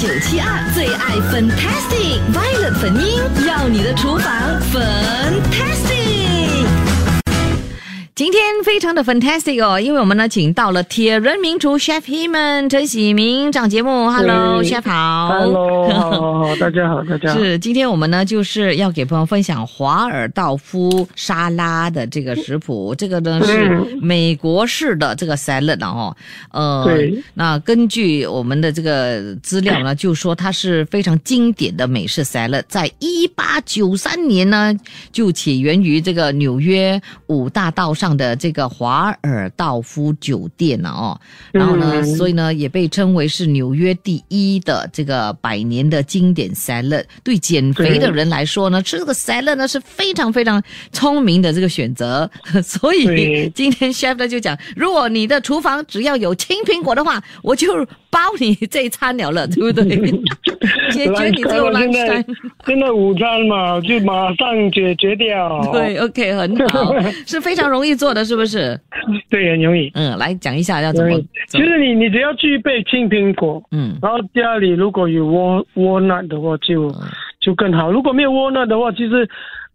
九七二最爱 Fantastic Violet 粉音，要你的厨房 Fantastic。今天非常的 fantastic 哦，因为我们呢请到了铁人名厨 Chef Heman 陈喜明上节目，Hello 对 Chef 好 Hello，好好好，大家好，大家好。是，今天我们呢就是要给朋友分享华尔道夫沙拉的这个食谱，这个呢是嗯美国式的这个 salad 哦，呃对，那根据我们的这个资料呢，就说它是非常经典的美式 salad，在一八九三年呢就起源于这个纽约五大道上的这个华尔道夫酒店呢哦，然后呢，嗯所以呢，也被称为是纽约第一的这个百年的经典 salad。对减肥的人来说呢，吃这个 salad 呢是非常非常聪明的这个选择。 所以对今天 chef 呢就讲，如果你的厨房只要有青苹果的话，我就包你 这一餐了了，对不 对？解决你这个 lunchtime，现 lunchtime 在。现在午餐嘛，就马上解决掉。对，OK，很好，是非常容易做的，是不 是？对，很容易。嗯，来讲一下要怎容么易。怎其么，实你你只要具备青苹果，嗯然后家里如果有窝窝纳的话就，嗯就更好。如果没有窝纳的话，其实，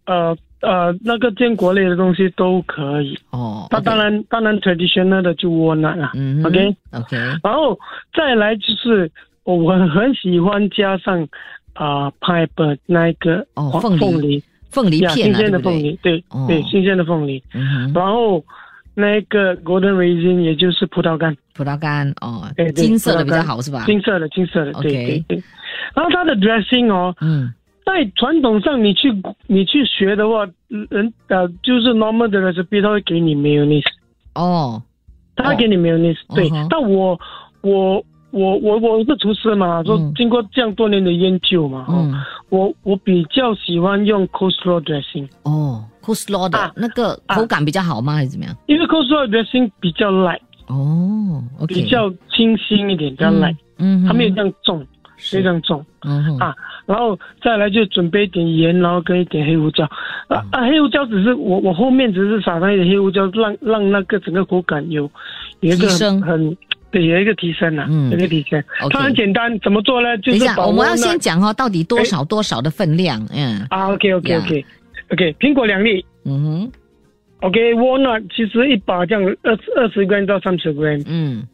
呃呃，那个坚果类的东西都可以。哦那当然，当然 traditional 的就窝纳了。嗯 OK， ，OK，然后再来就是我很很喜欢加上啊、p i p e 那一个哦黄凤梨凤梨凤梨呀片新啊，鲜对的不凤对？梨，对哦对，新鲜的凤梨。嗯哼。然后那个 golden raisin 也就是葡萄干，葡萄干哦对，对金色的比葡萄较干好是吧？金色的金色的，对 OK 对对。然后它的 dressing 哦，嗯在传统上你去你去学的话，人呃就是 normal 的 recipe 它会给你 mayonnaise，哦他给你 mayonnaise，、嗯对哼。但我我我我我是厨师嘛，说嗯经过这样多年的研究嘛，哦嗯我我比较喜欢用 coleslaw dressing，哦 c o s l a w 的啊那个口感比较好吗？还是怎么样？因为 coleslaw dressing 比较 light，哦，OK，比较清新一点，比较嗯 light，、嗯哼，它没有这样重，没是有这样重。嗯哼啊然后再来就准备一点盐，然后跟一点黑胡椒，啊嗯啊，黑胡椒只是我我后面只是撒上一点黑胡椒，让让那个整个口感有有一个提升很很对有一个提升啊，嗯有一个提升。 OK 它很简单，怎么做呢？就等一是啊下，把我们要那先讲哦，到底多少多少的分量？嗯啊，OK OK Yeah OK OK，苹果两粒嗯哼，OK walnut 其实一把这样二十二十 gram 到三十 gram，嗯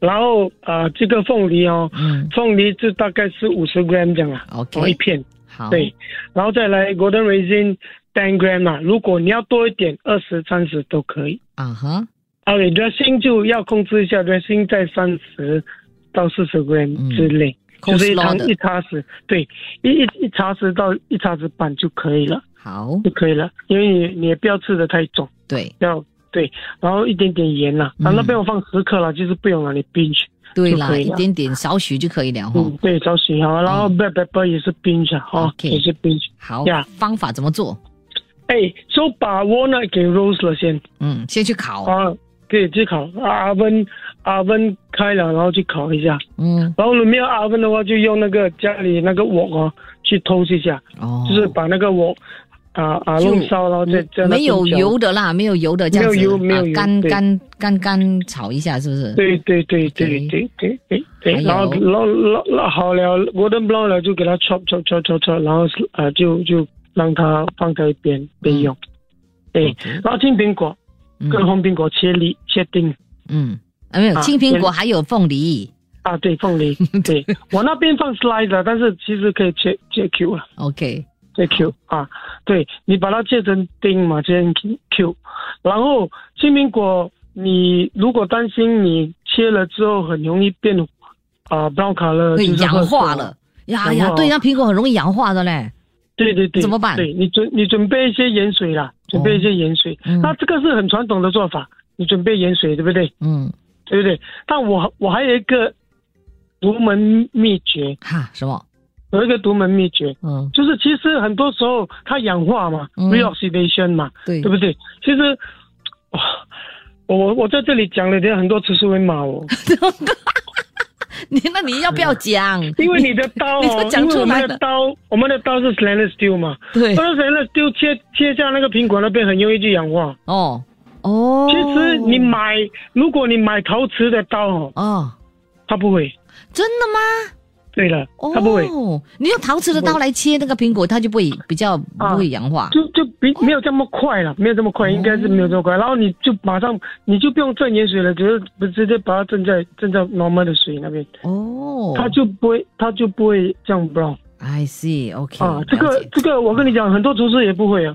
然后啊、呃这个凤梨哦，嗯凤梨就大概是五十 gram 这样啊，哦一，OK，片。好，对，然后再来 golden raisin 10 gram 啊，如果你要多一点，二十、三十都可以。啊哈， OK dressing 就要控制一下，dressing 在三十到四十 gram 嗯之内，就是一 Coleslaw 汤的一茶匙，对，一一一茶匙到一茶匙半就可以了，好，就可以了，因为你你也不要吃的太重，对要对，然后一点点盐啦、啊，嗯那边我放十克啦，就是不用了，你冰去。对就啦，可以一了点点少许就可以了嗯哈。，对，少许好，然后 black pepper 也是冰的哈，哦 OK 也是冰。好呀，方法怎么做？哎，就把 walnut 给 roast 了先，嗯，先去烤，啊，对，去烤啊，温啊温开了，然后去烤一下。嗯然后如果没有阿温的话，就用那个家里那个镬啊去偷一下，哦，就是把那个镬啊啊就弄烧，然后再再那嗯没有边搅油的啦，没有油的这样子，没有油没有油啊、干对干干干炒一下，是不是？，对对对对 OK 对对对对，还然后有然后然后好了，我的 brown 了就给它 chop chop chop chop chop，然后呃就就让它放在一边备用。嗯对， OK 然后青苹果嗯跟红苹果切粒切丁嗯，啊没有啊青苹果，先还有凤梨。啊，对凤梨， 对我那边放 slice 了，但是其实可以切切 Q 了。 OK，切 Q 啊，对你把它切成丁嘛，切成 Q，然后青苹果，你如果担心你切了之后很容易变啊、brown color，会就是褐色氧化了。呀氧呀，化对，那苹果很容易氧化的嘞。对对对，怎么办对你准你准备一些盐水啦，准备一些盐水。嗯那这个是很传统的做法，你准备盐水对不对？嗯，对不对？但我我还有一个独门秘诀，哈，什么？有一个独门秘诀，嗯，就是其实很多时候它氧化嘛、嗯 r e o x i d a t i o n 嘛，对对不对？其实，哇，我我在这里讲了，等一下很多厨师会骂 我， 你那你要不要讲？ 因为你的刀你都哦，讲因为出我来了们的刀，我们的刀是 stainless steel 嘛，对那 stainless steel 切切下那个苹果那边很容易就氧化。哦哦，其实你买，如果你买陶瓷的刀哦，哦，它不会。真的吗？对了，哦，它不会，你用陶瓷的刀来切那个苹果，它就不会比较啊不会氧化。就就比哦没有这么快了，没有这么快，应该是没有这么快。然后你就马上你就不用蒸盐水了，只是直接把它蒸在蒸在 normal 的水那边，哦，它就不会它就不会这样 brown I see OK 啊了。这个 解这个我跟你讲，很多厨师也不会 啊。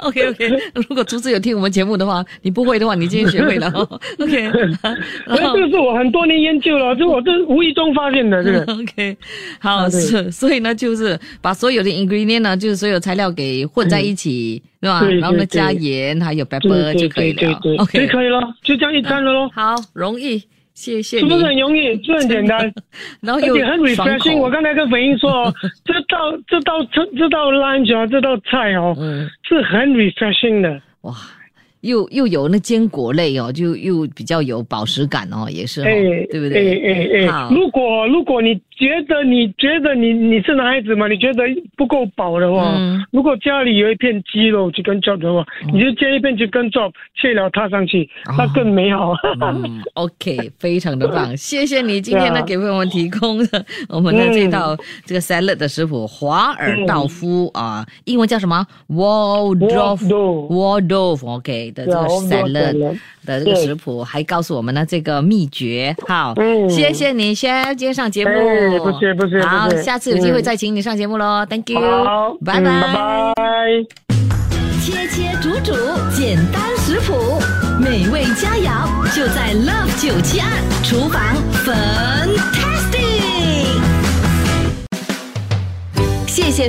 OK OK，如果竹子有听我们节目的话，你不会的话，你今天学会 了哦。OK，哎，然后这个是我很多年研究了，这我这无意中发现的，这个 OK，好，啊对是，所以呢，就是把所有的 ingredient 呢，就是所有材料给混在一起，对吧？嗯对对然后呢，对加盐还有 pepper 对就对可以对对了对，。就 OK，可以了，就这样一餐了咯，好，容易，谢谢是你不。是很容易？是很简单。然后而又且很哎爽 refreshing。口我，刚才跟粉英说 哦，这道这道这这道 lunch 啊，这道菜哦，嗯，是很 refreshing 的。哇，又又有那坚果类哦，就又比较有饱食感哦，也是哦，对不对？哎哎哎好，如果如果你觉得你觉得你你是男孩子嘛，你觉得不够饱的话，嗯如果家里有一片鸡肉去跟 chop 的话，你就切一片去跟 chop 切了踏上去，那哦更美好。嗯，OK，非 常的棒，谢谢你今天呢对啊嗯给为我们提供的我们的这道这个 salad 的食谱——华尔道夫啊，英文叫什么 Waldorf ？Waldorf，Waldorf，OK 的这个对，Waldorf 啊 salad salad 的这个对食谱，还告诉我们呢这个秘诀。好，嗯谢谢你先接上节目哎，不谢不谢不好，谢下次有机会嗯再请你上节目喽，Thank you，好，嗯拜拜拜。切切煮煮，简单食谱，美味佳肴就在 Love 九七二厨房 Fantastic。谢谢